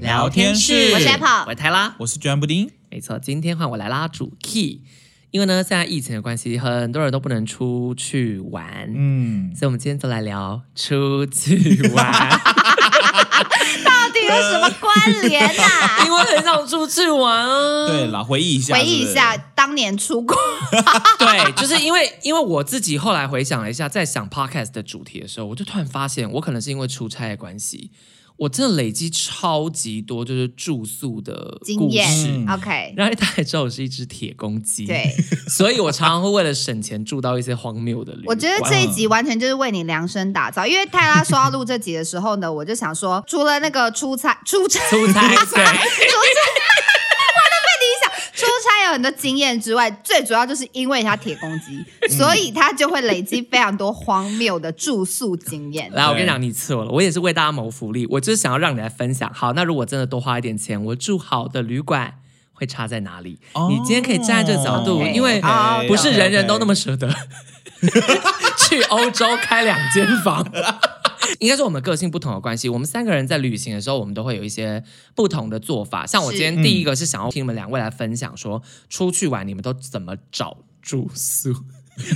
聊天室我是 Apple 我是泰拉。我是卷布丁，没错，今天换我来拉主 key，因为呢，现在疫情的关系，很多人都不能出去玩，嗯，所以我们今天就来聊出去 玩，到底有什么关联 呐、因为很想出去玩啊。对啦，回忆一下，回忆一下是当年出国，对，就是因为因为我自己后来回想了一下，在想 podcast 的主题的时候，我就突然发现，我可能是因为出差的关系，我真的累积超级多就是住宿的经故验事。嗯 OK，然后大家也知道我是一只铁公鸡，对，所以我常常会为了省钱住到一些荒谬的旅我馆。觉得这一集完全就是为你量身打造。因为泰拉说要录这集的时候呢，我就想说，除了那个出差、 出差、出差、出差对，出差有很多经验之外，最主要就是因为他铁公鸡，嗯所以他就会累积非常多荒谬的住宿经验。 来我跟你讲，你错了，我也是为大家谋福利，我就是想要让你来分享。好，那如果真的多花一点钱，我住好的旅馆会差在哪里？哦你今天可以站在这个角度， OK，因为 OK，不是人人都 OK，OK 那么舍得去欧洲开两间房。应该是我们个性不同的关系，我们三个人在旅行的时候，我们都会有一些不同的做法。像我是今天第一个是想要听你们两位来分享说，出去玩你们都怎么找住宿？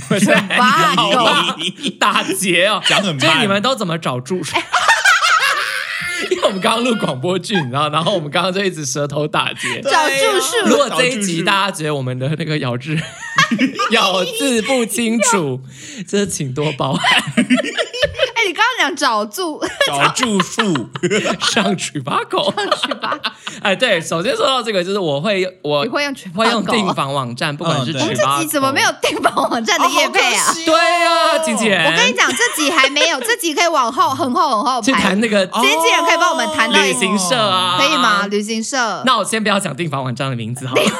我 现在哇好打结哦，讲很慢就是你们都怎么找住处？ 因为我们刚刚录广播剧，你知道，然后我们刚刚就一直舌头打结。对找啊住宿如果这一找住集宿大家觉得我们的那个咬字 咬字不清 楚，这请多包涵。哎、你刚刚讲找住，找住宿，上去吧狗，去吧，哎，对，首先说到这个，就是我会我你会用哦去吧会用狗订房网站，不管嗯是去对我们吧这集怎么没有订房网站的夜配哦啊？对啊，金姐，我跟你讲，这集还没有，这集可以往后很后很后去排谈。那个哦经纪人可以帮我们谈到一旅行社哦啊，可以吗？？旅行社，那我先不要讲订房网站的名字好了。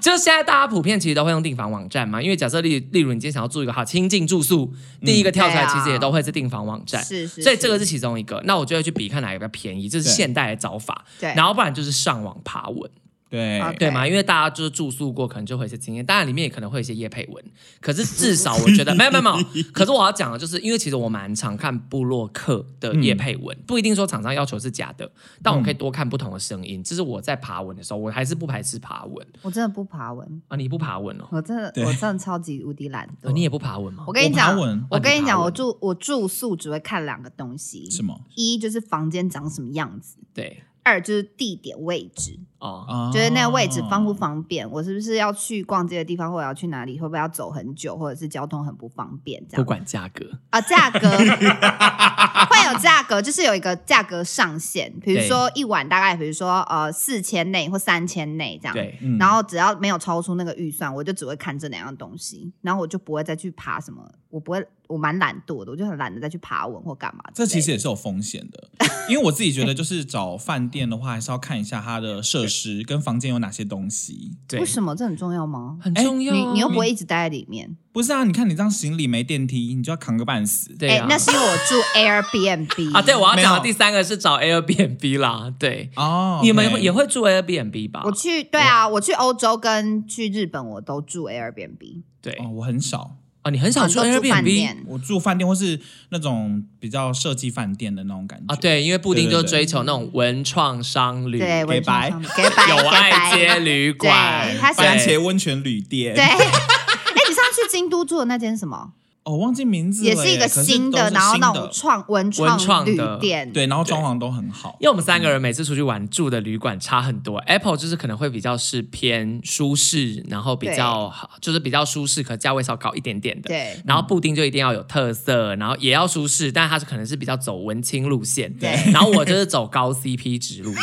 就现在，大家普遍其实都会用订房网站嘛，因为假设例例如你今天想要住一个好清静住宿，第一个跳出来对啊其实也都会是订房网站，是是所以这个是其中一个。那我就会去比看哪个比较便宜，这是对现代的找法。对然后不然就是上网爬文，对， OK 对吗？因为大家就是住宿过，可能就会有一些经验，当然里面也可能会有一些叶配文，可是至少我觉得没有没有没 有。可是我要讲的就是，因为其实我蛮常看部落客的嗯叶配文，不一定说厂商要求是假的，但我可以多看不同的声音。这是我在爬文的时候，我还是不排斥爬文我真的不爬文，啊。你不爬文哦？我真的对我真的超级无敌懒啊惰。你也不爬文吗我？跟你讲我爬文，我跟你讲，啊你爬文我住我住宿只会看两个东西，什么一就是房间长什么样子，对二就是地点位置，哦，啊？就是那个位置方不方便，我是不是要去逛街的地方，或者要去哪里，会不会要走很久，或者是交通很不方便这不样。管价格，啊，价格 会有价格，就是有一个价格上限，比如对说一晚大概，比如说呃四千内或三千内这样。对，嗯然后只要没有超出那个预算，我就只会看这两样东西，然后我就不会再去爬什么，我不会，我蛮懒惰的，我就很懒得再去爬文或干嘛之这类的。其实也是有风险的，因为我自己觉得，就是找饭店的话，还是要看一下它的设施跟房间有哪些东西。对为，什么这很重要吗？很重要啊。哎你你又不会一直待在里面，不是啊，你看你这样行李没电梯，你就要扛个半死。对哎、啊那是因为我 住 Airbnb 啊，对，我要讲没的有第三个是找 Airbnb 啦，对。哦，你们 OK 也会住 Airbnb 吧？我去对啊，我去欧洲跟去日本我都住 Airbnb，对哦，我很少，哦，你很少很住多住饭 Airbnb 店。我住饭店或是那种比较设计饭店的那种感觉哦啊？对，因为布丁对对就对追求那种文创商旅，对，给白文创商给白 有爱给白街旅馆，对他喜番欢对茄温泉旅店。对，哎、你上次去京都住的那间是什么？哦，忘记名字了也耶，是一个可新都是的，然后那新种的创文文创创旅的店，对，然后装潢都很好因。为我们三个人每次出去玩住的旅馆差很多，Apple 就是可能会比较是偏舒适，然后比较好，就是比较舒适，可价位稍高一点点的。对然后布丁就一定要有特色，然后也要舒适，但它是可能是比较走文青路线，对然后我就是走高 CP 值路线，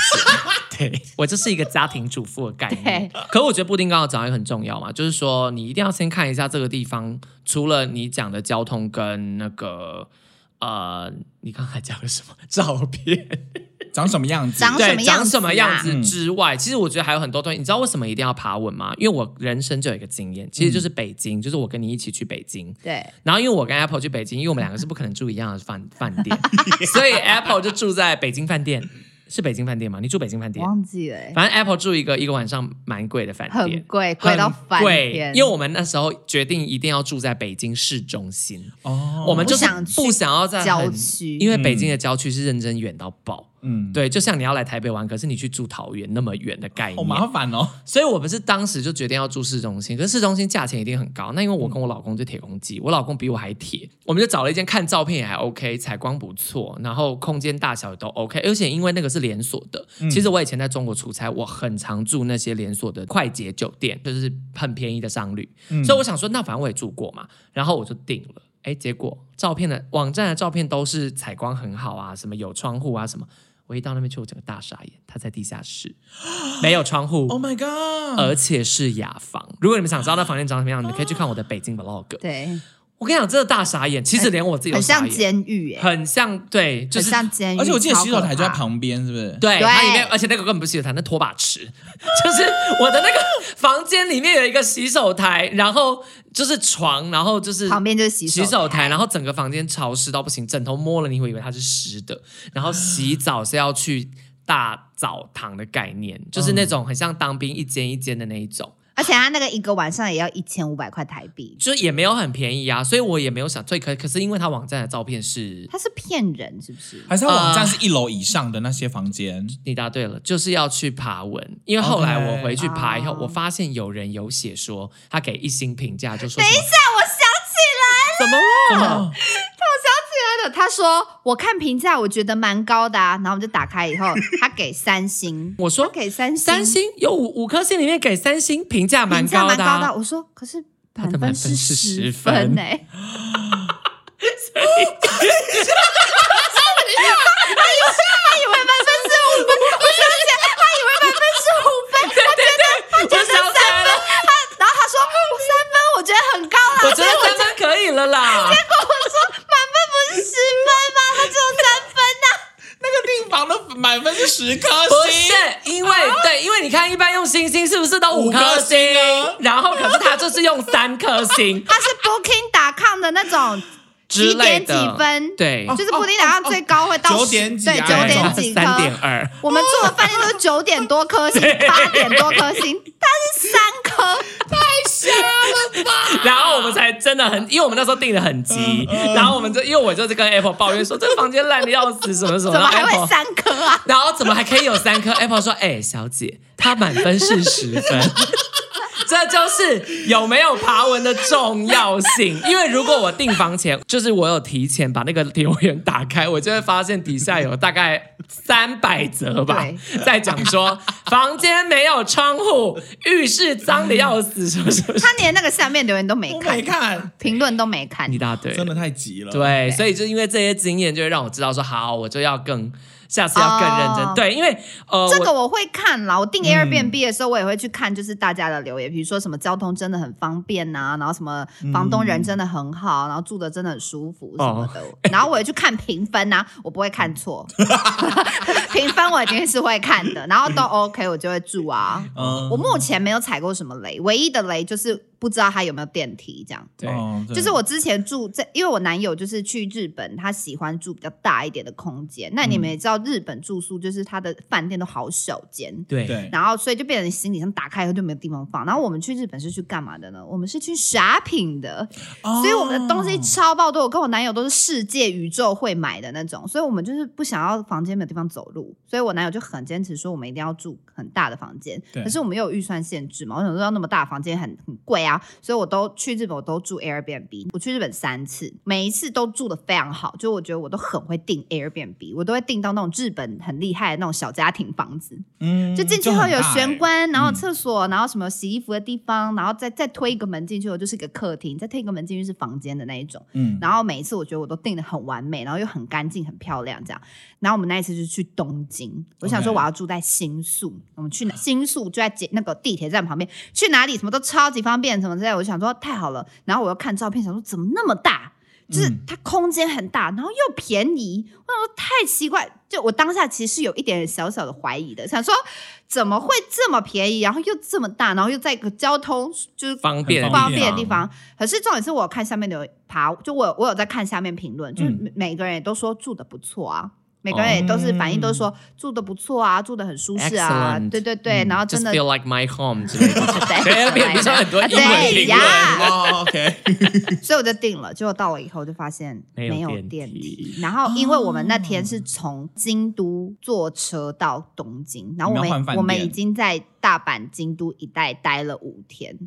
对我就是一个家庭主妇的概念。可我觉得布丁刚刚讲的也很重要嘛，就是说你一定要先看一下这个地方，除了你讲的交通跟那个呃，你刚才讲的什么照片，长什么样子？长什对，么样长子嗯什么样子啊之外，其实我觉得还有很多东西。你知道为什么一定要爬文吗？因为我人生就有一个经验，其实就是北京，就是我跟你一起去北京，对，然后因为我跟 Apple 去北京，因为我们两个是不可能住一样的饭饭 店，所以 Apple 就住在北京饭店，是北京饭店吗？你住北京饭店？忘记了、欸，反正 Apple 住一个一个晚上蛮贵的饭很店，贵，贵到翻很贵天，，因为我们那时候决定一定要住在北京市中心，哦，我们就是不想去不想要在很郊区因为北京的郊区是认真远到爆。嗯，，对，就像你要来台北玩，可是你去住桃园那么远的概好念，麻烦哦。所以我们是当时就决定要住市中心，可是市中心价钱一定很高。那因为我跟我老公就铁公鸡，我老公比我还铁，我们就找了一间看照片也还 OK，采光不错，然后空间大小也都 OK，而且因为那个是连锁的，嗯其实我以前在中国出差，我很常住那些连锁的快捷酒店，就是很便宜的商旅，嗯所以我想说，那反正我也住过嘛，然后我就定了。哎，结果照片的网站的照片都是采光很好啊，什么有窗户啊什么。我一到那边去，我整个大傻眼，他在地下室，没有窗户。 Oh my 嗯 god！呃而且是雅房。如果你们想知道那房间长什么样，你们可以去看我的北京 vlog。对，我跟你讲，真的大傻眼，其实连我自己都很傻像眼，监狱哎，很像，对，就很是。像监狱，而且我记得超洗手台可就在怕，旁边，是不啊是？对，对它里面，而且那个根本不是洗手台，那拖把池， 就是我的那个房间里面有一个洗手台，然后就是床，然后就是旁边就是洗洗手台，然后整个房间潮湿到不行，枕头摸了你会以为它是湿的，然后洗澡是要去大澡堂的概念，就是那种很像当兵一间一间的那一种。而且他那个一个晚上也要一千五百块台币，就也没有很便宜啊，所以我也没有想退。可可是因为他网站的照片是，他是骗人是不是？还是它网站呃是一楼以上的那些房间？你答对了，就是要去爬文。因为后来 OK 我回去爬以后哦我发现有人有写说他给一星评价，就说等一什么下，我想起怎么怎了么？来了，他说我看评价我觉得蛮高的啊，然后我就打开以后，他给三星，我说他给三星，三星有五五颗星里面给三星评价蛮评价高蛮的高的啊，啊、我说可是他的分满分是十10分呢、欸。他以为满分是五分，我想起来，他以为满分是五分，他觉得他我觉得想起三来分了，，他然后他说我三分，我觉得很高啊啦，我觉得三分可以了啦。我说满分不是十分吗？他只有三分啊呐、订房的满分是十颗不星，是因为、对，因为你看一般用星星是不是都五颗颗星啊然后可是他就是用三颗星。他是 Booking.com 的那种之几类点的几分，对就是哦 Booking.com 最高会到九10点几对，啊九哦九点几颗。三点二。我们住的饭店都是九点多颗星，八点多颗星，他是三颗，太香了吧！然后我们才真的很，因为我们那时候订的很急，嗯然后我们就因为我就是跟 Apple 抱怨说这个房间烂的要死，什么什么，怎然么后还会 Apple，三颗啊？ 然后怎么还可以有三颗？Apple 说：“哎、小姐，它满分是十分。” 这就是有没有爬文的重要性，因为如果我订房前，就是我有提前把那个留言打开，我就会发现底下有大概三百则吧对，在讲 说房间没有窗户，浴室脏的要死，什么什么什么他连那个下面留言都没我看没，看，评论都没 看一。大堆，真的太急了。，啊对，所以就因为这些经验，就会让我知道说，好，我就要更下次要更认真。哦对，因为呃，这个我我会看啦，我订 Airbnb 的时候，我也会去看，就是大家的留言，比如说什么交通真的很方便呐、然后什么房东人真的很好，然后住的真的很舒服什么的， 然后我也去看评分呐、我不会看错， 评分我一定是会看的，然后都 OK 我就会住啊。嗯我目前没有踩过什么雷，唯一的雷就是不知道它有没有电梯这样。对、哦对就是我之前住在，因为我男友就是去日本，他喜欢住比较大一点的空间。那你们嗯也知道，日本住宿就是他的饭店都好小间，对对，然后所以就变成行李箱打开以后就没有地方放。然后我们去日本是去干嘛的呢？我们是去 shopping 的，哦所以我们的东西超爆多。我跟我男友都是世界宇宙会买的那种，所以我们就是不想要房间没有地方走路，所以我男友就很坚持说我们一定要住很大的房间。对可是我们又有预算限制嘛，我想说要那么大的房间很很贵啊，所以我都去日本我都住 Airbnb。我去日本三次，每一次都住的非常好，就我觉得我都很会订 Airbnb，我都会订到那种日本很厉害的那种小家庭房子。嗯就进去后有玄，关，然后嗯厕所，然后什么洗衣服的地方，然后再再推一个门进去，我就是一个客厅，再推一个门进去是房间的那一种。就很大欸嗯，然后每一次我觉得我都定的很完美，然后又很干净、很漂亮这样。然后我们那一次就去东京，我想说 OK 我要住在新宿我们去哪新宿就在捷那个地铁站旁边，去哪里什么都超级方便什么之类的，我就想说太好了。然后我又看照片，想说怎么那么大。就是嗯它空间很大，然后又便宜，我想说太奇怪。就我当下其实有一点小小的怀疑的，想说怎么会这么便宜，然后又这么大，然后又在一个交通就是方便的很方便便啊的地方。可是重点是我有看下面留言爬，就我有我有在看下面评论，就是每每个人也都说住的不错啊。每个人也都是反应都是说住的不错啊，住的很舒适啊， Excellent 对对对，然后真 Just 的 feel like my home 之类的。对对 Airbnb 上很多欸英文对评呀，论，哦，OK，所以我就定了。结果到了以后就发现没没有有电电梯梯，然后因为我们那天是从京都坐车到东京，然后我你们要换们饭店我们已经在大阪、京都一带待了五天，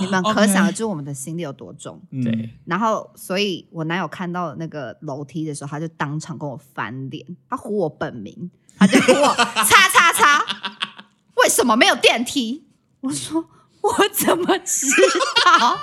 你们 OK 可想而知我们的心里有多重。嗯对，然后，所以我男友看到那个楼梯的时候，他就当场跟我翻脸，他呼我本名，他就呼我叉叉叉，为什么没有电梯？我说我怎么知道？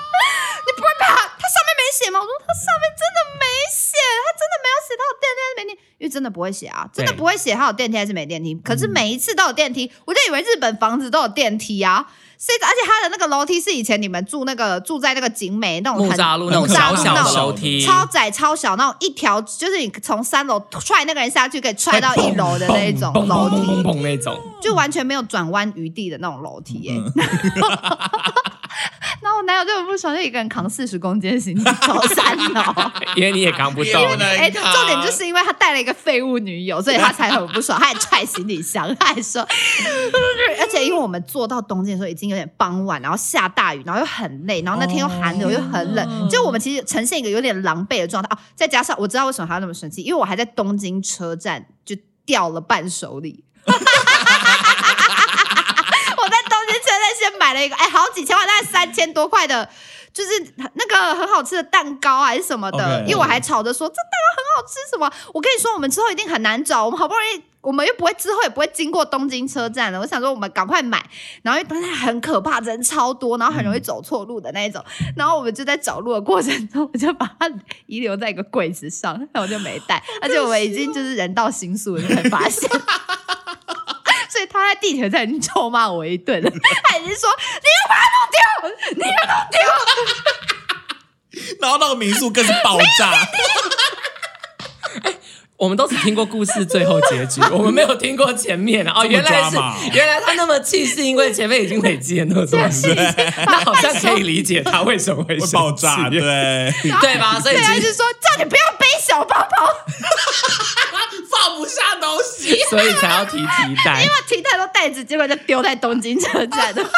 你不会把它上面没写吗？我说它上面真的没写，它真的没有写它有电梯还是没电梯，因为真的不会写啊，真的对不会写它有电梯还是没电梯。可是每一次都有电梯，我就以为日本房子都有电梯啊。所以，而且它的那个楼梯是以前你们住那个住在那个景美那种 木很栅路那那种种小木小栅那的路楼梯，超窄超小那种，一条就是你从三楼踹那个人下去，可以踹到一楼的那一种砰楼砰砰砰梯，砰那种。 就完全没有转弯余地的那种楼梯耶、嗯 然后我男友就很不爽，就一个人扛四十公斤的行李走三楼。因为你也扛不动，哎、重点就是因为他带了一个废物女友，所以他才很不爽，他还踹行李箱，他还说，而且因为我们坐到东京的时候已经有点傍晚，然后下大雨，然后又很累，然后那天又寒流、又很冷，就我们其实呈现一个有点狼狈的状态哦。再加上我知道为什么他那么生气，因为我还在东京车站就掉了伴手礼。 我在东京车站先买了一个，哎、好几千块，大概三千多块的，就是那个很好吃的蛋糕啊还是什么的 OK 因为我还吵着说这蛋糕很好吃什么。我跟你说，我们之后一定很难找，我们好不容易，我们又不会之后也不会经过东京车站了。我想说，我们赶快买，然后因为当时很可怕，人超多，然后很容易走错路的那一种。 然后我们就在找路的过程中，我就把它遗留在一个柜子上，然后我就没带，而且我已经就是人到心素了，才发现。所以他在地铁站已经臭骂我一顿了，他已经说你要把它弄掉，你要弄丢。然后那个民宿更是爆 炸，我们都只听过故事最后结局，我们没有听过前面啊。哦，这么原来是 drama 原来他那么气，是因为前面已经累积了那么多事， 那好像可以理解他为什么会会生爆炸，气对，对吧？所以 对啊，其就实是说叫你不要背小包包，放不下东西。所以才要提提袋因为。提太多袋子，结果就丢在东京车站 了。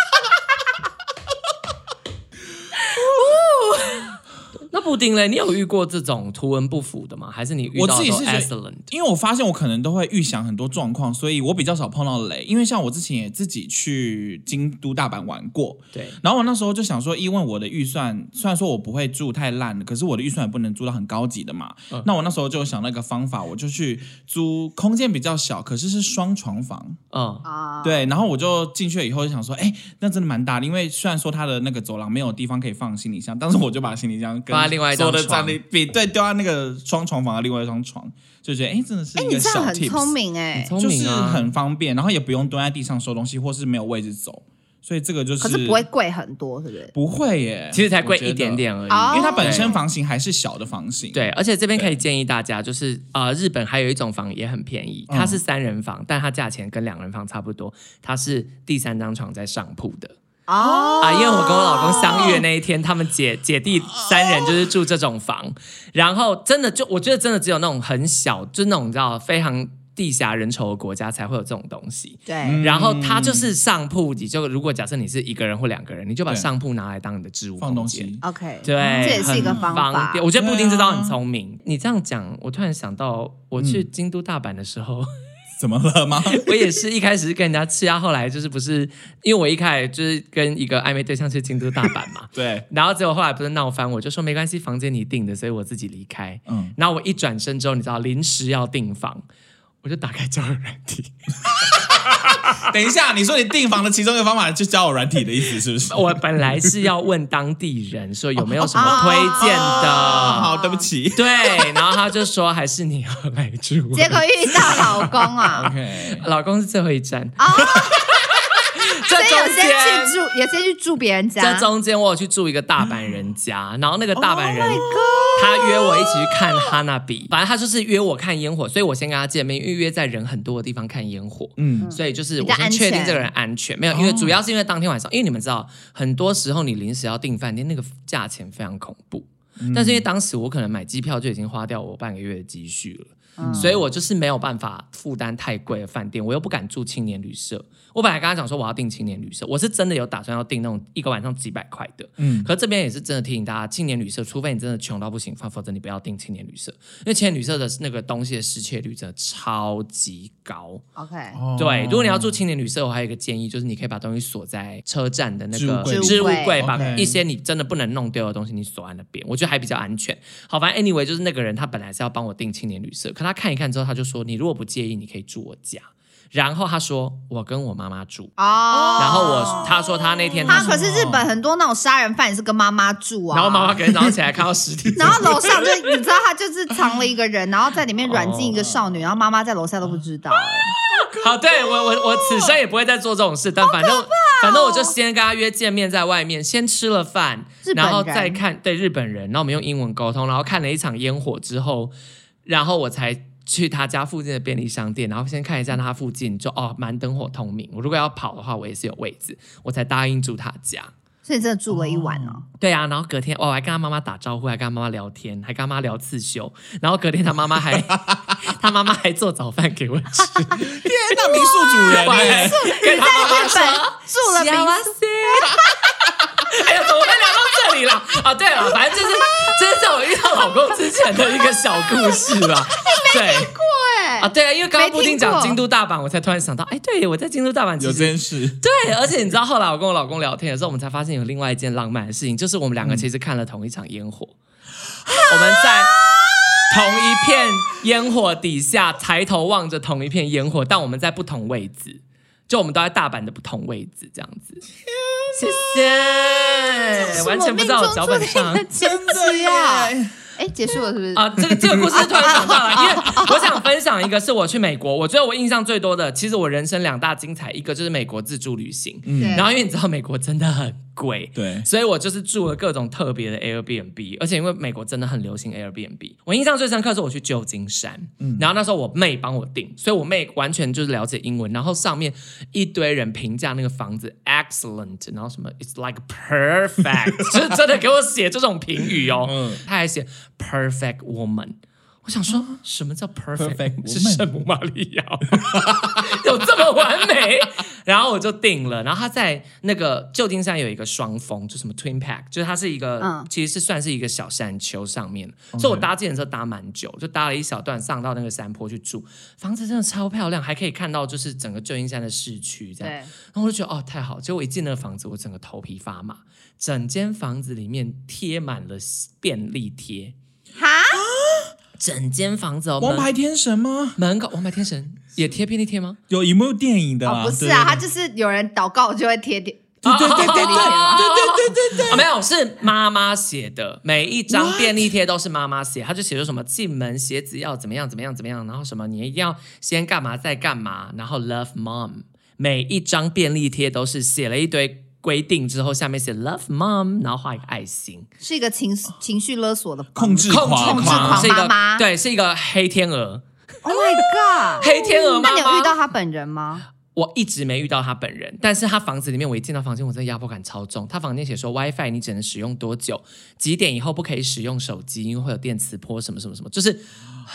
那布丁嘞，你有遇过这种图文不符的吗？还是你遇我到自己都是觉得 excellent？因为我发现我可能都会预想很多状况，所以我比较少碰到雷。因为像我之前也自己去京都、大阪玩过，对，然后我那时候就想说，因为我的预算虽然说我不会住太烂，可是我的预算也不能租到很高级的嘛。嗯那我那时候就想到一个方法，我就去租空间比较小，可是是双床房。嗯，啊，对，然后我就进去了以后就想说，哎，那真的蛮大的，因为虽然说它的那个走廊没有地方可以放行李箱，但是我就把行李箱跟放在另外一所张有的床站立比对丢在那个双床房的另外一张床，就觉得哎，真的是哎、一你个这样小很 tips，聪明哎、很聪就明是啊，很方便，然后也不用蹲在地上收东西，或是没有位置走，所以这个就是可是不会贵很多，是不是？不会耶，其实才贵我觉得一点，点而已。哦因为它本身房型还是小的房型，对，而且这边可以建议大家，就是呃，日本还有一种房也很便宜，嗯它是三人房，但它价钱跟两人房差不多，它是第三张床在上铺的哦啊。因为我跟我老公相遇的那一天，他们姐姐弟三人就是住这种房，然后真的就我觉得真的只有那种很小，就那种你知道非常地狭人稠的国家才会有这种东西。对、嗯然后它就是上铺，你就如果假设你是一个人或两个人，你就把对上铺拿来当你的置物放空东间。西。 o k 对，这也是一个很方法便我觉得布对丁这招啊很聪明。你这样讲，我突然想到，我去京都、大阪的时候， 怎么了吗？，我也是一开始是跟人家吃啊，后来就是不是因为我一开始就是跟一个暧昧对象去京都、大阪嘛 对，然后结果后来不是闹翻，我就说没关系，房间你订的，所以我自己离开。嗯，然后我一转身之后，你知道临时要订房，我就打开交友软体。 等一下，你说你订房的其中一个方法就交友软体的意思是 不是？我本来是要问当地人说有没有什么哦推荐啊，的，好，对不起。对，然后他就说还是你要来住。结果遇到老公啊， OK，老公是最后一站，哦， 这所以有中些间去住，有些去住别人这家，中间我有去住一个大阪人家，然后那个大阪人 Oh my。他约我一起去看哈娜比，反正他就是约我看烟火，所以我先跟他见面，因为约在人很多的地方看烟火，嗯，所以就是比我较先安确定全哦这个人安全，没有，因为主要是因为当天晚上，因为你们知道，很多时候你临时要订饭店，那个嗯价钱非常恐怖，但是因为当时我可能买机票就已经花掉我半个月的积蓄了，嗯所以我就是没有办法负担太贵的饭店，我又不敢住青年旅社。我本来跟他讲说我要订青年旅社，我是真的有打算要订那种一个晚上几百块的。嗯可是这边也是真的提醒大家，青年旅社，除非你真的穷到不行，否否则你不要订青年旅社，因为青年旅社的那个东西的失窃率真的超级高。 OK，哦对，如果你要住青年旅社，我还有一个建议，就是你可以把东西锁在车站的那个置物柜置物柜， OK 把一些你真的不能弄丢的东西你锁在那边，我觉得还比较安全。好，反正 anyway，就是那个人他本来是要帮我订青年旅社，可他看一看之后，他就说你如果不介意，你可以住我家。然后他说我跟我妈妈住，哦，然后我他说他那天他他说，可是日本很多那种杀人犯也是跟妈妈住啊，然后妈妈隔天早上起来看到 尸体，然后楼上就你知道他就是藏了一个人，然后在里面软禁一个少女，然后妈妈在楼下都不知道、哎好，对我我我此生也不会再做这种事，但反正、反正我就先跟他约见面在外面，先吃了饭日，本人然后再看对日本人，然后我们用英文沟通，然后看了一场烟火之后，然后我才。去他家附近的便利商店，然后先看一下他附近，就哦，蛮灯火通明。我如果要跑的话，我也是有位置，我才答应住他家。所以真的住了一晚哦。对啊，然后隔天哦，我还跟他妈妈打招呼，还跟他 妈妈聊天，还跟他妈聊刺绣。然后隔天他妈妈还他妈妈还做早饭给我吃，天哪，民宿主人 我哎还，跟他 妈妈日本哦住了民啊宿， 哎呀，怎么会聊到这里了？啊，对了，反正就是这是我遇到老公之前的一个小故事 啦。哎对对啊，对啊，因为刚刚布丁哎没听讲过京都大阪，我才突然想到，哎，对我在京都大阪其有这实。件事，对，而且你知道，后来我跟我老公聊天的时候，我们才发现有另外一件浪漫的事情，就是我们两嗯个其实看了同一场烟火，我们在同一片烟火底下抬头望着同一片烟火，但我们在不同位置，就我们都在大阪的不同位置，这样子。谢谢，完全不知道我脚本上这是我命中注定的结局啊！哎，结束了是不是？啊，这个这个故事突然想到了，因为我想分享一个是我去美国，我觉得我印象最多的，其实我人生两大精彩，一个就是美国自助旅行，对嗯，然后因为你知道美国真的很贵，对所以我就是住了各种特别的 Airbnb，而且因为美国真的很流行 Airbnb，我印象最深刻是我去旧金山，嗯然后那时候我妹帮我订，所以我妹完全就是了解英文，然后上面一堆人评价那个房子 excellent，然后什么 it's like perfect，就是真的给我写这种评语哦，嗯他还写 perfect woman。我想说，什么叫 perfect？, 啊 Perfect 是 woman 圣母玛利亚吗 有这么完美？然后我就定了。然后他在那个旧金山有一个双峰，就什么 Twin Pack，就是它是一个，嗯其实是算是一个小山丘上面。所以我搭自行车搭蛮久，就搭了一小段上到那个山坡去住。房子真的超漂亮，还可以看到就是整个旧金山的市区这样。对，然后我就觉得哦太好，结果一进那个房子，我整个头皮发麻，整间房子里面贴满了便利贴，哈，整间房子哦，王门牌天神吗？门口王，Oh 牌天神也贴便利贴吗？有一幕电影的哦啦，不是啊，他对就是有人祷告就会贴贴，对对对对对哦对对对 对对，啊，没有，是妈妈写的，每一张便利贴都是妈妈写，她就写说什么进门鞋子要怎么样怎么样怎么样，然后什么你一定要先干嘛再干嘛，然后 love mom，每一张便利贴都是写了一堆规定之后，下面写 love mom，然后画一个爱心，是一个情情绪勒索的方 控制控狂，制控制狂是一个妈妈对，是一个黑天鹅， Oh my god！黑天鹅妈那妈。你有遇到他本人吗？我一直没遇到他本人，但是他房子里面，我一进到房间，我真的压迫感超重。他房间写说 WiFi 你只能使用多久，几点以后不可以使用手机，因为会有电磁波什么什么什么，就是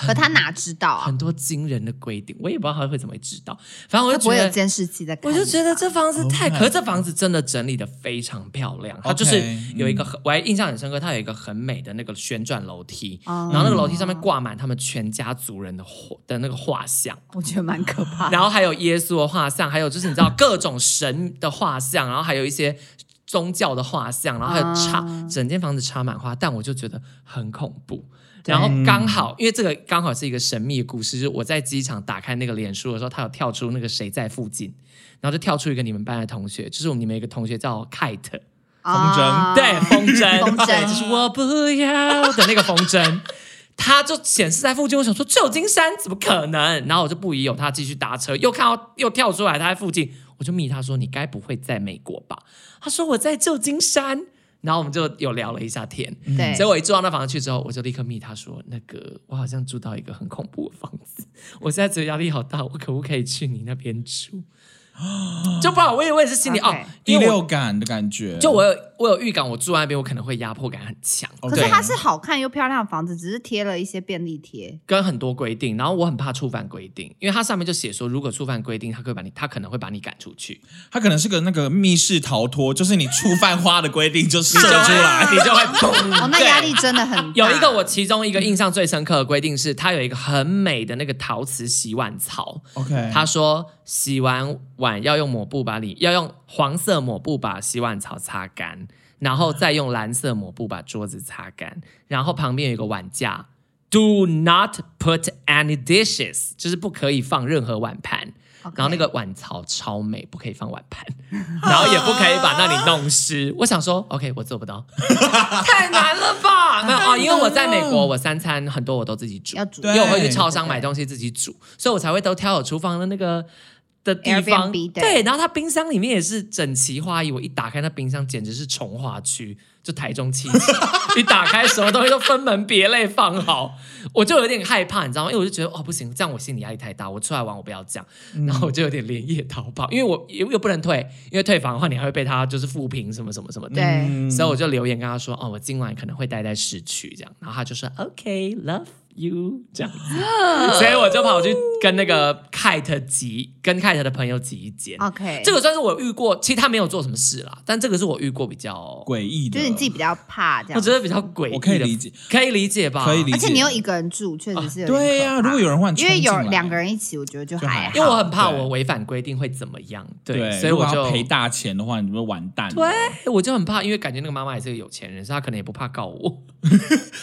可他哪知道啊很？多惊人的规定。我也不知道他会怎么会知道，反正我他就不觉会有得，监视器在看我你吧。就觉得这房子太， Oh my 可是这房子真的整理的非常漂亮。它 OK，就是有一个很，我还印象很深刻，它有一个很美的那个旋转楼梯，哦然后那个楼梯上面挂满他们全家族人的画的那个画像。我觉得蛮可怕的。然后还有耶稣的画像，还有就是你知道各种神的画像，然后还有一些宗教的画像，然后还有插、啊整间房子插满花，但我就觉得很恐怖。对然后刚好，因为这个刚好是一个神秘的故事，就是我在机场打开那个脸书的时候，它有跳出那个谁在附近，然后就跳出一个你们班的同学，就是我们你们有一个同学叫 Kite，风筝啊对，风筝， 风对筝就是我不要的那个风 筝。它就显示在附近，我想说旧金山怎么可能？然后我就不疑有他，继续搭车，又看到又跳出来他在附近，我就密他说你该不会在美国吧？他说我在旧金山，然后我们就有聊了一下天。对所以我一住到那房子去之后，我就立刻密他说那个我好像住到一个很恐怖的房子， 我现在觉得压力好大，我可不可以去你那边住？就不好，我也我也是心里 OK 哦，第因为我六感的感觉，就我有我有预感，我住在那边我可能会压迫感很强，可是它是好看又漂亮的房子，只是贴了一些便利贴。跟很多规定，然后我很怕触犯规定，因为它上面就写说，如果触犯规定，他会把你，他可能会把你赶出去，它可能是个那个密室逃脱，就是你触犯花的规定就射你出就来。会，你就会砰。嗯哦，那压力真的很大。有一个我其中一个印象最深刻的规定是，它有一个很美的那个陶瓷洗碗槽， OK，他说洗完碗要用抹布把里要用黄色抹布把洗碗槽擦干，然后再用蓝色抹布把桌子擦干，然后旁边有一个碗架。Do not put any dishes，就是不可以放任何碗盘。 OK，然后那个碗槽超美，不可以放碗盘，然后也不可以把那里弄湿。我想说，OK，我做不到， 太难了吧？ 没有啊、哦，因为我在美国，我三餐很多我都自己煮，要煮对因为我会去超商买东西自己煮，所以我才会都挑有厨房的那个的地方。 Airbnb 的对，然后它冰箱里面也是整齐划一，我一打开那冰箱简直是从化区，就台中气息。 一打开什么东西都分门别类放好，我就有点害怕，你知道吗？因为我就觉得哦不行，这样我心理压力太大，我出来玩我不要这样，然后我就有点连夜逃跑，因为我又又不能退，因为退房的话你还会被他就是复评什么什么什么的。对嗯所以我就留言跟他说：“哦，我今晚可能会待在市区这样。”然后他就说：“OK，love、you 这样子。”所以我就跑去跟那个 Kate 挤，跟 Kate 的朋友挤一间。 OK，这个算是我遇过，其实他没有做什么事啦，但这个是我遇过比较，诡异的，就是你自己比较怕这我样觉。得比较诡异的，我可以理解，可以理解吧？可以理解啊而且你又一个人住，确实是有点对呀、可怕如果有人换，因为有冲进来两个，人一起，我觉得就就还还好因为我很怕对我违反规定会怎么样，对，对，所以如我果就要赔大钱的话，你就完蛋。对，我就很怕，因为感觉那个妈妈也是个有钱人，所以她可能也不怕告我。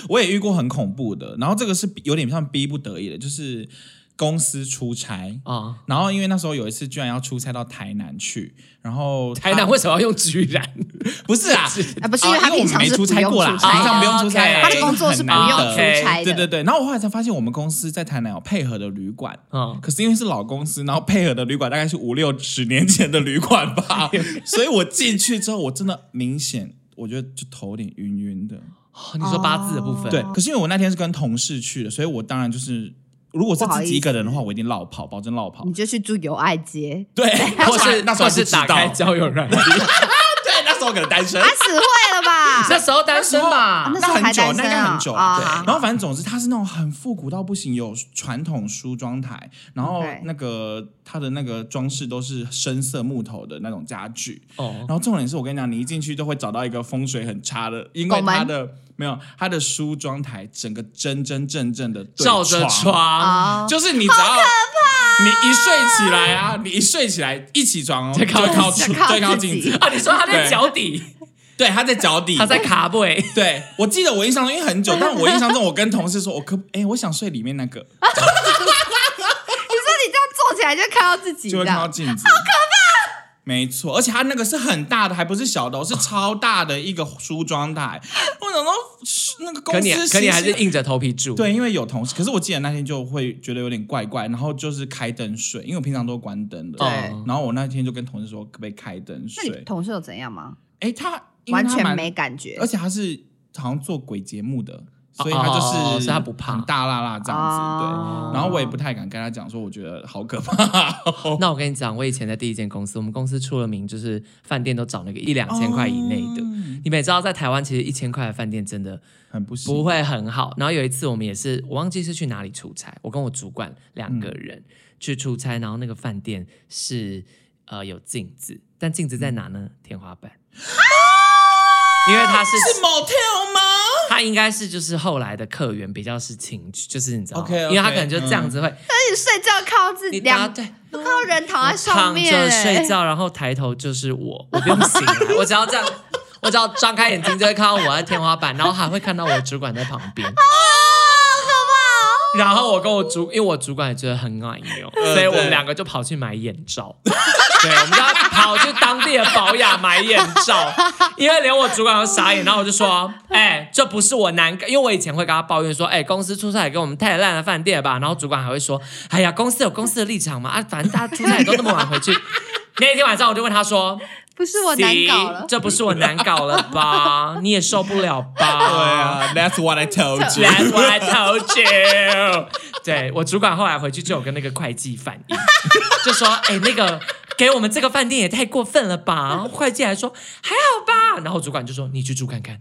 我也遇过很恐怖的，然后这个是有点像逼不得已的，就是公司出差。啊、然后，因为那时候有一次居然要出差到台南去，然后他台南为什么要用居然？ 不是啊，啊，不是因为他啊我平们常没是出不差用过啦，出平常差不的，用出差啦，哦他，OK 的工作是不用出差的。对对对，然后我后来才发现，我们公司在台南有配合的旅馆，嗯，可是因为是老公司，然后配合的旅馆大概是五六十年前的旅馆吧，所以我进去之后，我真的明显我觉得就头有点晕晕的。哦你说八字的部分，对，可是因为我那天是跟同事去的，所以我当然就是，如果是自己一个人的话，我一定落跑，保证落跑你。就去住友爱街，对，或是 那时候或还不是知打道开交友软件，对，那时候可能单身他。死会了 吧？ 那时候单身吧那？时那候很还久，单那身应该啊很久。啊对，好然后反正总之，它是那种很复古到不行，有传统梳妆台，然后 OK 那个它的那个装饰都是深色木头的那种家具。 哦，然后重点是我跟你讲，你一进去就会找到一个风水很差的，因为拱门它的没有它的梳妆台整个真真正正的照着床，啊，就是你只要你一睡起来啊，你一睡起来一起床哦，就就靠靠自己出靠对靠自镜己子，啊，你说他在脚底，对，他在脚底，他在卡位，对，我记得我印象中，因为很久，但我印象中，我跟同事说，我可哎、我想睡里面那个，你说你这样坐起来就看到自己就这会看到样，镜子，好可怕。没错，而且他那个是很大的，还不是小的、哦，是超大的一个梳妆台。我想说，那个公 可司你行可你还是事硬着头皮住，，对，因为有同事，可是我记得那天就会觉得有点怪怪，然后就是开灯睡，因为我平常都关灯的。对然后我那天就跟同事说，可不可以开灯那你睡？同事有怎样吗？哎，他因为完他全蛮没感觉而，且他是好像做鬼节目的，哦所以他就哦哦哦是所以他不怕很大辣辣这样子，哦对。然后我也不太敢跟他讲说，我觉得好可怕。哦那我跟你讲，我以前在第一间公司，我们公司出了名，就是饭店都找那个一两 千块以内的。嗯你们也知道，在台湾其实一千块的饭店真的很不行。不会很好。然后有一次我们也是，我忘记是去哪里出差，我跟我主管两个人、去出差，然后那个饭店是呃有镜子，但镜子在哪嗯呢？天花板。因为他是是 motel 吗？他应该是就是后来的客源比较是情趣，就是你知道吗 OK，OK，因为他可能就这样子会，那你睡觉看到自己你搭嗯两对看到人躺在上躺面着睡欸，觉，然后抬头就是我，我不用醒来，我只要这样，我只要张开眼睛就会看到我在天花板，然后还会看到我主管在旁边。哦然后我跟我主，因为我主管也觉得很矮牛，呃所以我们对两个就跑去买眼罩。 对，我们就要跑去当地的保雅买眼罩，因为连我主管都傻眼。然后我就说：“哎、这不是我难搞，因为我以前会跟他抱怨说，哎、公司出差也给我们太烂的饭店了吧。”然后主管还会说：“哎呀，公司有公司的立场嘛，啊，反正 大家出差也都那么晚回去。”那一天晚上我就问他说：“不是我难搞 See，了，这不是我难搞了吧？你也受不了吧？”对啊，That's what I told you。 That's what I told you 对。我主管后来回去就有跟那个会计反映，就说：“哎、那个给我们这个饭店也太过分了吧？然后会计还说还好吧，然后主管就说你去住看看，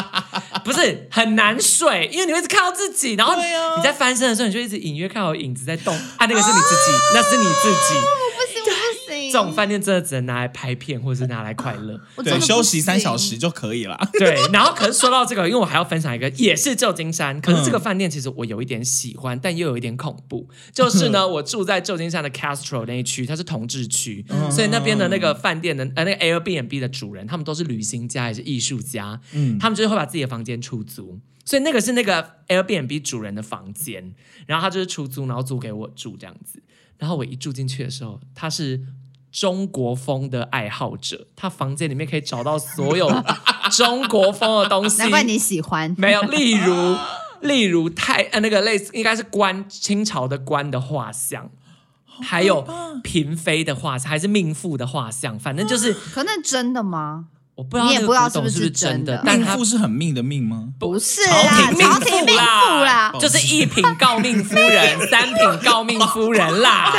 不是很难睡，因为你会一直看到自己，然后对啊你在翻身的时候，你就一直隐约看到有影子在动，啊，那个是你自己，那是你自啊己。不行，我不行，这种饭店真的只能拿来拍片，或者是拿来快乐。我真对，的休不息行三小时。就可以了。对，然后可是说到这个，因为我还要分享一个，也是旧金山，可是这个饭店其实我有一点喜欢，但又有一点恐怖。就是呢，我住在旧金山的 Castro 那一区，它是同志区，所以那边的那个饭店的呃那个 Airbnb 的主人，他们都是旅行家也是艺术家，嗯他们就是会把自己的房间出租。所以那个是那个 Airbnb 主人的房间，然后他就是出租，然后租给我住这样子。然后我一住进去的时候，他是中国风的爱好者，他房间里面可以找到所有中国风的东 西。难怪你喜欢，没有，例如例如太呃那个类似应该是官清朝的官的画像。还有嫔妃的画像，还是命妇的画像，反正就是可那真的吗？我不知道你也那不知个道古董是不不是是真真的但命他妇是很命的命吗？不是朝啦，廷朝命命妇啦妇啦， 就是一品诰命 夫人，三品诰命夫人啦，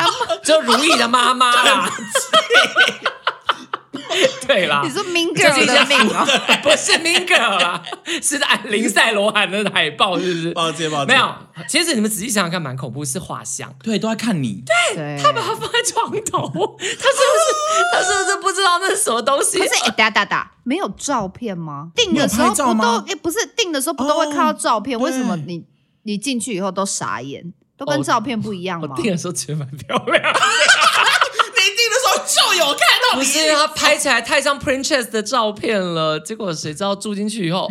就如意的妈妈啦。 对啦你，说 Mean 这是 Girl 一的些命 哦，不是 Mean Girl 啦，是林赛罗韩的海报，是不是？抱歉抱歉，没有，其实你们仔细想想看，蛮恐怖，是画像。对，都在看你。对，他把它放在床头，他是不是他是不是不知道那是什么东西不？是，哎，哒哒哒，没有照片吗？订的时没候有拍照不吗都，哎，不是订的时候不都会看到照片？哦为什么对你你进去以后都傻眼，都跟哦照片不一样我吗？订的时候觉得蛮漂亮，你进的时候就有看到 不是因为他拍起来太像 Princess 的照片了，结果谁知道住进去以后，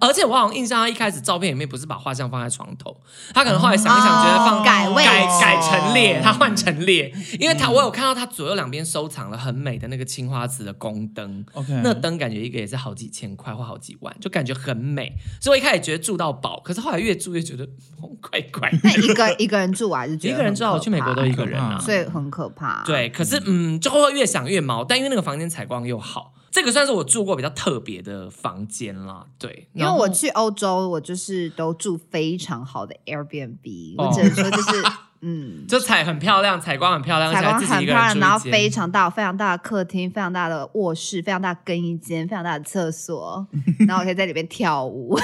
而且我好像印象他一开始照片里面不是把画像放在床头，他可能后来想一想觉得放哦改位置改改陈列，他换陈列，因为他我有看到他左右两边收藏了很美的那个青花瓷的宫灯。 OK，那灯感觉一个也是好几千块或好几万，就感觉很美，所以我一开始觉得住到饱，可是后来越住越觉得哦怪怪的。 那一个一个人住啊，还是觉一得个人住好，很我可去美国怕都一个人啊。所以很可怕。，对，可是嗯，就会越想越毛，但因为那个房间采光又好，这个算是我住过比较特别的房间啦。对，因为然后我去欧洲，我就是都住非常好的 Airbnb，哦我只能说 就是。嗯，就采很漂亮，采光很漂亮，采光而且还自己很一漂个亮，人住一然后间非常大，非常大的客厅，非常大的卧室，非常大的更衣间，非常大的厕 所，然后我可以在里面跳舞，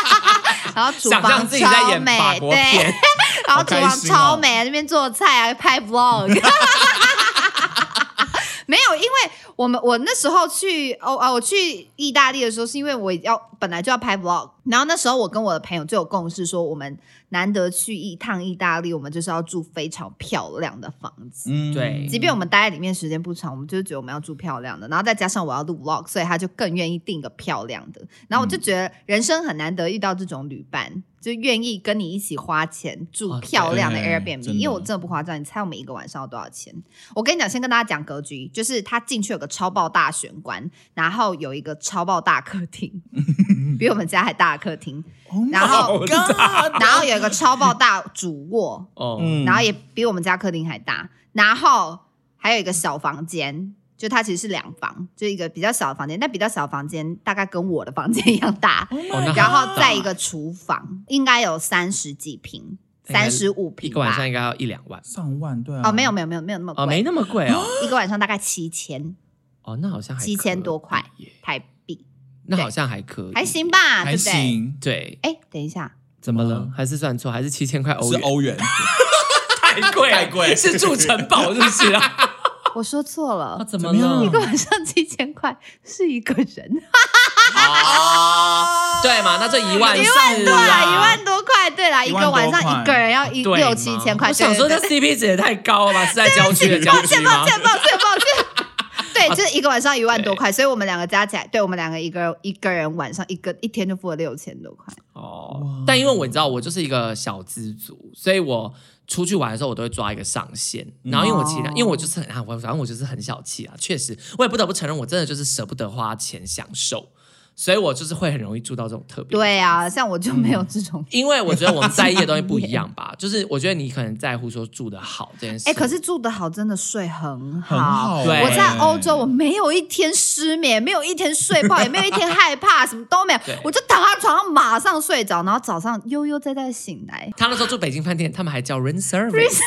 然后厨想象房自己在超演美法，国对片，， 然好后厨开房心哦超美，那边做菜啊，拍 vlog。没有，因为我们我那时候去哦啊，我去意大利的时候，是因为我要本来就要拍 vlog，然后那时候我跟我的朋友就有共识说，我们难得去一趟意大利，我们就是要住非常漂亮的房子。嗯对即便我们待在里面时间不长，我们就觉得我们要住漂亮的，然后再加上我要录 vlog，所以他就更愿意订个漂亮的。然后我就嗯觉得人生很难得遇到这种旅伴，就愿意跟你一起花钱啊住对漂亮的哦对哎 Airbnb，真的因为我真的不夸张，你猜我们一个晚上要多少钱？我跟你讲，先跟大家讲格局，就是他进去有个超爆大玄关，然后有一个超爆大客厅，比我们家还大的客 厅， ，Oh 然后 my God 然后有一个超爆大主卧，哦，嗯然后也比我们家客厅还大，然后还有一个小房间，就它其实是两房，就一个比较小的房间，但比较小的房间大概跟我的房间一样 大， Oh my 哦那然好后再一个厨房，应该有三十几平，大概三十五平一个晚上吧。应该要一两万上万对啊，哦，没有没有没有没有那么贵，哦，没那么贵哦，一个晚上大概七千哦，那好像还可以7000多块耶，台币，那好像还可以，还行。吧，对还不对？行，对，哎，等一下，怎么怎么了了？还是算错，还是七千块是欧元？欧元， 太贵了，太贵是 住城堡是不 是啊？我说错啊了，怎么怎么样了？一个晚上七千块是一个人，啊哦，对嘛，那就一万一万啊对啦，一万多块，对啦，一一万个晚多上块一个人要一对六七千块，我想对说对这 CP 值也太高了吧？是在郊区的郊抱区歉，吗抱？歉，抱歉，抱歉。 对，就是一个晚上一万多块，所以我们两个加起来，对我们两个一个一个人晚上一个一天就付了六千多块。哦，但因为我你知道，我就是一个小资族，所以我出去玩的时候，我都会抓一个上限。然后因为我其他，哦因为我就是很啊，我反正我就是很小气啊，确实，我也不得不承认，我真的就是舍不得花钱享受。所以我就是会很容易住到这种特别的对啊，像我就没嗯有这种。因为我觉得我们在意的东西 不一样吧，就是我觉得你可能在乎说住的好这件事，哎、可是住的好，真的睡很好。很好。欸对我在欧洲，我没有一天失眠，没有一天睡不好，也没有一 天害怕，什么都没有对，我就躺在床上马上睡着，然后早上悠悠哉哉醒来。他那时候住北京饭店，他们还叫 room service，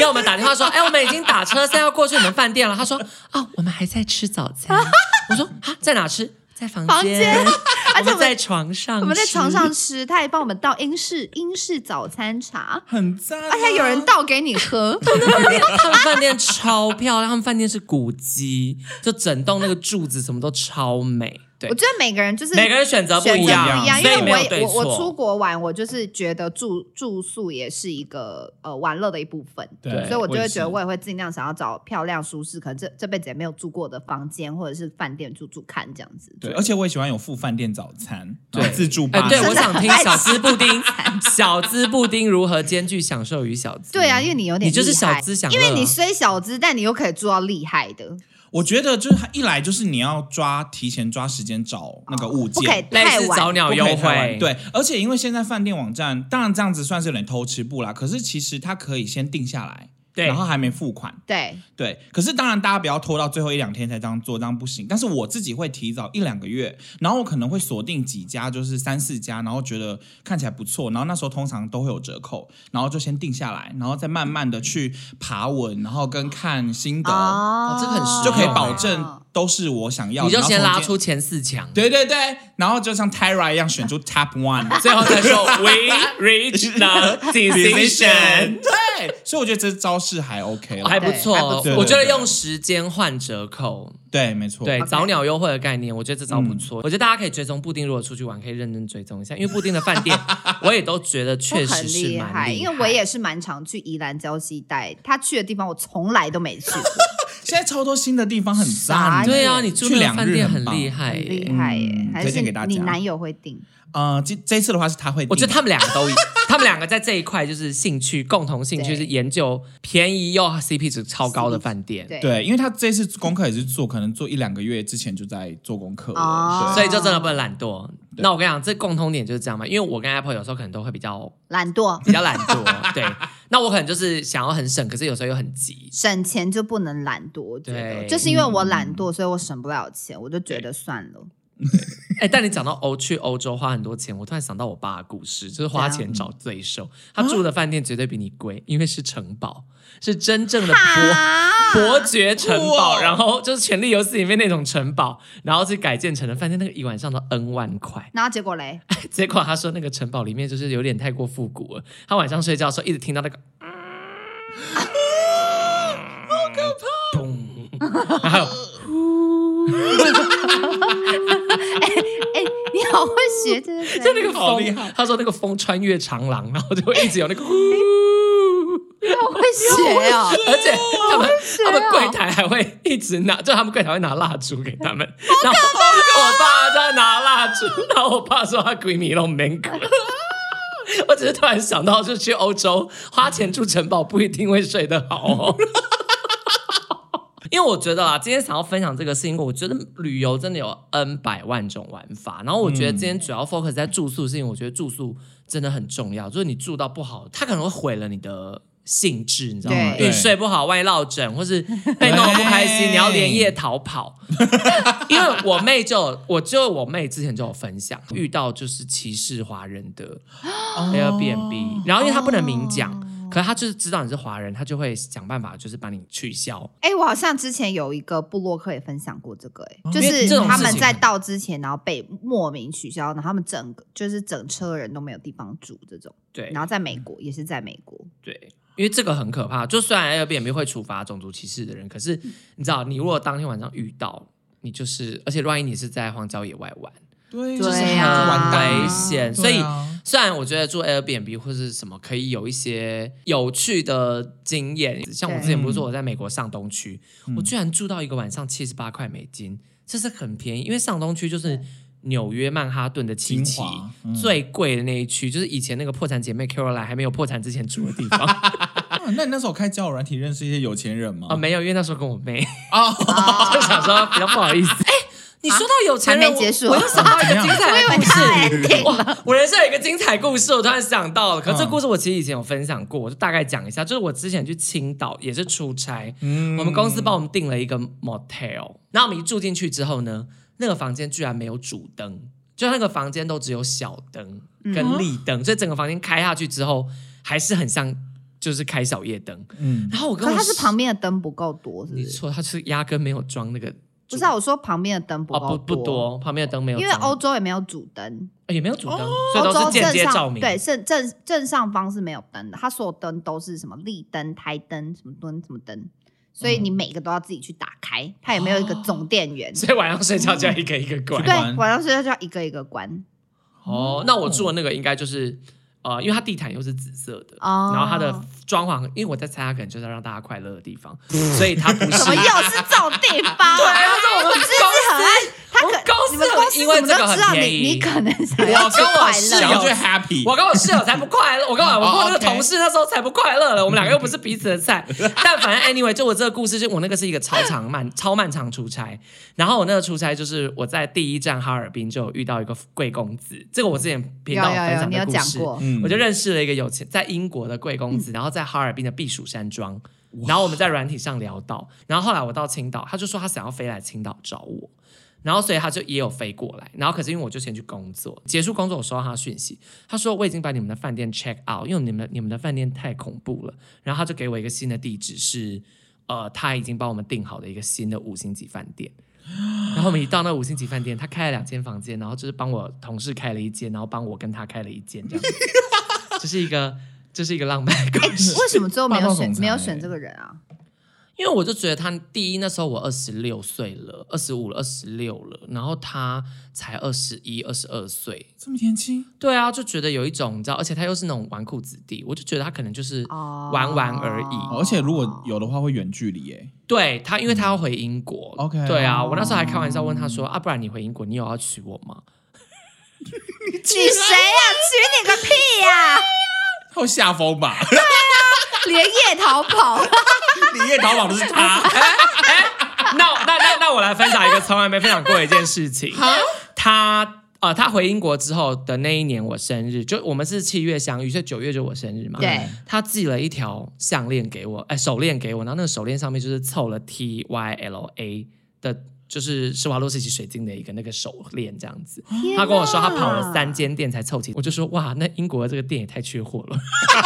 要我们打电话说，哎，我们已经打车，现在要过去你们饭店了。他说，啊，我们还在吃早 餐。我说，啊，在哪吃？在房房间 间，我而且我们们在床上，我们在床上。吃，他还帮我们倒英式英式早餐茶，很赞、啊，而且有人倒给你 喝。 他们饭店超漂亮，他们饭店是古迹，就整栋那个柱子什么都超美。对我，觉得每个人就是每个人选呃择不选择一样，不一样，因所以没有为对我我我出错。国玩，我就是觉得住住宿也是一个呃玩乐的一部分，对所以我就我也会是觉得我也会尽量想要找漂亮舒适，可能这这辈子也没有住过的房间或者是饭店住住看这样子。对，而且我也喜欢有付饭店早餐，对然后自助哎、吧。对，真我的想很听爱小资布丁，小资布丁如何兼具享受与小资？对啊，因为你有点你就是厉害小资享乐因啊为你虽小资，但你又可以做到厉害的，我觉得就是他一来就是你要抓提前抓时间找那个物不可以件。类太似早晚。鸟不优可以太惠晚，对，而且因为现在饭店网站，当然这样子算是有点偷吃步啦。可是其实它可以先定下来，对然后还没付款，对，对。可是当然大家不要拖到最后一两天才这样做，这样不行。但是我自己会提早一两个月，然后我可能会锁定几家，就是三四家，然后觉得看起来不错，然后那时候通常都会有折扣，然后就先定下来，然后再慢慢的去爬文，然后跟看心得，哦哦这个很实用就可以保证都是我想要的。你就先然后拉从出前四 强，对对对，然后就像 Tyra 一样选出 Top One，最后再 说 We reach the decision，对，所以我觉得这招式还 OK 还了。不对还不错哦错。我觉得用时间换折扣，对，嗯没错。对 OK 早鸟优惠的概念，我觉得这招不错。我觉得大家可以追踪布丁，如果出去玩可以认真追踪一下，因为布 丁的饭店我也都觉得都确很实是厉蛮害，因为我也是蛮常去宜兰礁溪带，他去的地方我从来都没去过，现在超多新的地方很傻眼赞。对啊，你住去那个两饭日店很很棒厉害很耶，厉害耶嗯！还推是荐给大家你男友会订？呃，这这一次的话是他会定，我觉得他们两个都一，他们两个在这一块就是兴趣共同兴趣对是研究便宜又 CP 值超高的饭店，对对，因为他这次功课也是做，可能做一两个月之前就在做功课了哦所对以就真的不能懒惰。那我跟你讲，这共通点就是这样嘛，因为我跟 Apple 有时候可能都会比较懒惰，比较懒惰，对。那我可能就是想要很省，可是有时候又很急。省钱就不能懒惰，我觉得对嗯就是因为我懒惰，所以我省不了钱，我就觉得算了。哎，但你讲到欧去欧洲花很多钱，我突然想到我爸的故事，就是花钱找罪受。他住的饭店绝对比你贵，因为是城堡，是真正的伯啊伯爵城堡，哇然后就是《权力游戏》里面那种城堡，然后去改建成的饭店，那个一晚上都 N 万块。然后结果嘞，结果他说那个城堡里面就是有点太过复古了，他晚上睡觉的时候一直听到那个，好可怕，然后哎，你好会学这些，就那个好厉风害，他说那个风穿越长廊，然后就会一直有那个，你好会学哦。而且他们哦他们柜台还会一直拿，就他们柜台会拿蜡烛给他们，然后我爸在拿蜡烛，然后我爸说他闺蜜弄 man 我只是突然想到，就去欧洲花钱住城堡不一定会睡得好哦。因为我觉得啊，今天想要分享这个事情，因为我觉得旅游真的有 N 百万种玩法。然后我觉得今天主要 focus 在住宿的事情，我觉得住宿真的很重要。就是你住到不好，它可能会毁了你的兴致，你知道吗？对因为你睡不好，万一落枕，或是被弄得不开心，对你要连夜逃跑。 因为我妹就有我就我妹之前就有分享，遇到就是歧视华人的哦 Airbnb，、然后因为她不能明讲。哦可是她就是知道你是华人，她就会想办法，就是把你取消。哎，我好像之前有一个部落客也分享过这个，哎，就哦因为是这种他们事情啊在到之前，然后被莫名取消，然后他们整个就是整车人都没有地方住这种，对然后在美国也是在美国，对，因为这个很可怕。就虽然 Airbnb 会处罚种族歧视的人，可是你知道，你如果当天晚上遇到，你就是，而且万一你是在荒郊野外玩，对，对就是啊很很危危险。所以虽然我觉得住 Airbnb 或是什么可以有一些有趣的经验，像我之前不是说我在美国上东区，我居然住到一个晚上七十八块美金，这是很便宜，因为上东区就是纽约曼哈顿的七精期。华嗯最贵的那一区，就是以前那个破产姐妹 Caroline 还没有破产之前住的地方 哦啊那你那时候开交友软体认识一些有钱人吗啊，？没有，因为那时候跟我妹，啊， 就想说比较不好意思。哎，你说到有钱人，还没结束我我又想到 一个精彩的故事。 ending 哇，我人生有一个精彩故事，我突然想到了。可是这故事我其实以前有分享过，我就大概讲一下。就是我之前去青岛也是出差，嗯我们公司帮我们订了一个 motel，然后我们一住进去之后呢，那个房间居然没有主灯，就那个房间都只有小灯嗯跟立灯，所以整个房间开下去之后还是很像就是开小夜灯。嗯，然后我跟可是我它是旁边的灯不够多，是不你是？错，他是压根没有装那个不是啊，我说旁边的灯不哦够不不多，旁边的灯没有因装，为欧洲也没有主灯，哦也没有主灯，所以欧都洲是间正接照上明。对正正正上方是没有灯的，它所有灯都是什么立灯、台灯、什么灯、什么灯，所以你嗯每个都要自己去打开，它也没有一个总电源。所以晚上睡觉就要嗯一个一个关。对关，晚上睡觉就要一个一个关。哦，那我住的那个应该就是呃，因为它地毯又是紫色的，哦然后它的装潢，因为我在猜它可能就是要让大家快乐的地方，嗯所以它不是 怎么又是这种地方？啊 对，他说我们你是不是很爱？他我们可公司你们公很司因为怎么这个都很知道便你，宜你可能想我要去跟我快室想乐要友。最 happy，我跟我室友才不快乐，我跟哦我我跟我那个 OK 同事那时候才不快乐了，我们两个又不是彼此的菜。 但反正 anyway，就我这个故事，就我那个是一个超长漫超漫长出差，然后我那个出差就是我在第一站哈尔滨就有遇到一个贵公子，这个我之前频有道有分有有，享你的有故讲事，过，嗯我就认识了一个有钱在英国的贵公子，然后在哈尔滨的避暑山庄，然后我们在软体上聊到，然后后来我到青岛，他就说他想要飞来青岛找我，然后所以他就也有飞过来，然后可是因为我就先去工作，结束工作我收到他的讯息，他说我已经把你们的饭店 check out，因为你们你们的饭店太恐怖了，然后他就给我一个新的地址是，呃，他已经帮我们订好的一个新的五星级饭店。然后我们一到那五星级饭店，他开了两间房间，然后就是帮我同事开了一间，然后帮我跟他开了一间，这样子，这是一个这是一个浪漫 的故事。为什么最后没霸有道选总裁没有选这个人 啊？因为我就觉得他第一那时候我二十六岁了，二十五了，二十六了，然后他才二十一、二十二岁，这么年轻，对啊，就觉得有一种你知道，而且他又是那种纨绔子弟，我就觉得他可能就是哦玩玩而已。哦而且如果有的话会远距离哎，对他，因为他要回英国。嗯 OK 对啊，我那时候还开玩笑问他说啊，不然你回英国，你有要娶我 吗？娶 谁呀？娶你个屁呀！他会下风吧？连夜逃 跑，你夜淘宝的是他，那那那那我来分享一个从来没分享过的一件 事情。他呃，他回英国之后的那一年我生日，就我们是七月相遇，所以九月就我生日嘛。对，他寄了一条项链给我，哎，手链给我，然后那个手链上面就是凑了 T Y L A 的。就是施华洛世奇水晶的一个那个手链这样子，他跟我说他跑了三间店才凑齐，我就说哇，那英国的这个店也太缺货了。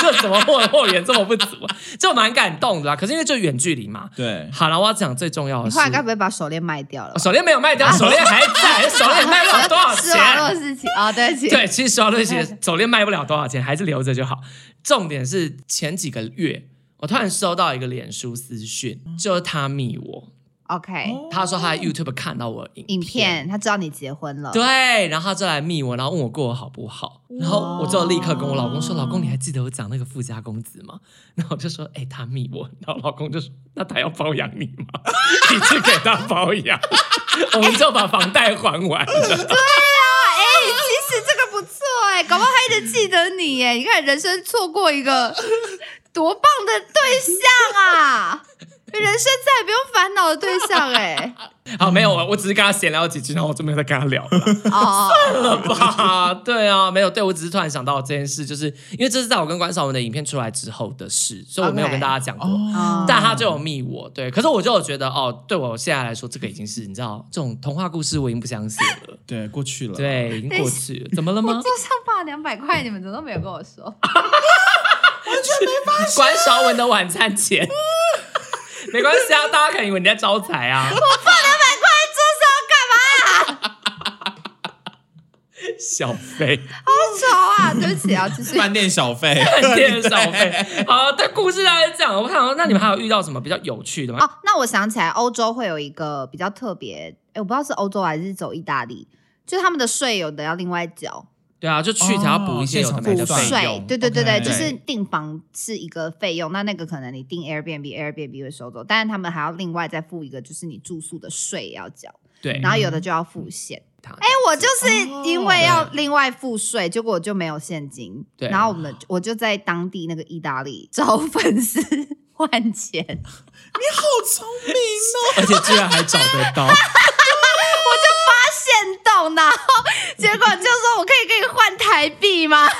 这怎么货货源这么不足啊？这蛮感动的啊啦。可是因为就远距离嘛。对，好了，我要讲最重要你的是后，来该不会把手链卖掉了哦？手链没有卖 掉，手链还在，手链卖不了多少施瓦洛钱。世奇 哦，对不哎起，对，其实说到这些，手链卖不了多少钱，还是留着就好。重点是前几个月，我突然收到一个脸书私讯，嗯就是他密我， ，OK，他说他在 YouTube 看到我的影哦影片他知道你结婚了，对，然后他就来密我，然后问我过得好不好，然后我就立刻跟我老公说：“老公，你还记得我讲那个富家公子吗？”然后我就说：“哎、他密我。”然后老公就说：“那他要包养你吗？ 你去给他包养， 我们就把房贷还完了。哎，其实这个不错哎，搞不好他一直记得你耶。你看，人生错过一 个多棒的对象啊！人生再也不用烦恼的对象哎。”好，没有，我我只是跟他闲聊几句，然后我就没有再跟他聊了。哦，了吧？ 对啊，没有，对我只是突然想到这件事，就是因为这是在我跟关少文的影片出来之后的事，所以我没有 OK 跟大家讲过。哦但他就有密我，对，可是我就有觉得哦，对我现在来说，这个已经是你知道这种童话故事，我已经不相信了，对，过去了， 对，已经过去了，怎么了 我吗？桌上放了两百块，你们怎么都没有跟我 说？关韶文的晚餐钱， 没关系啊，大家可能以为你在招财啊， 小 费，好丑啊！对不起啊，就是饭店小费，饭店小 费。好，但故事大概是这样。我想说，那你们还有遇到什么比较有趣的吗？哦，那我想起来，欧洲会有一个比较特别，哎，我不知道是欧洲还是走意大利，就是他们的税有的要另外缴。对啊，就去条要补一些有的没的补费税用，，对对对对 OK 就是订房是一个费用，那那个可能你订 Airbnb，Airbnb 会收走，但是他们还要另外再付一个，就是你住宿的税也要缴，对然后有的就要付现。他 哎、我就是因为哦要另外付税，结果我就没有现金，对然后我们我就在当地那个意大利找粉丝 换钱，好聪明哦，而且居然还找得到，用，然后结果就说我可以给你换台币吗？ 哦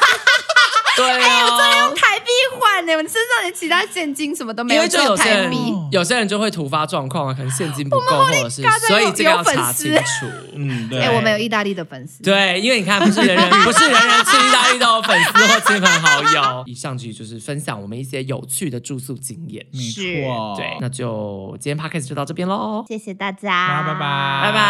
对哎、我真的啊用。 台币换呢、我身上连其他现金什么都没因为只就有些台人币。有些人就会突发状况啊，可能现金不够，或者是嘎在所以有这个要有粉查丝清楚。嗯，对，哎、我们有意大利的粉丝，对，因为你看，不是人人不是人人去意大利都有粉丝或亲朋好友。以上其实就是分享我们一些有趣的住宿经验。没是错，哦对，那就今天 podcast 就到这边喽，谢谢大家，好拜拜拜拜。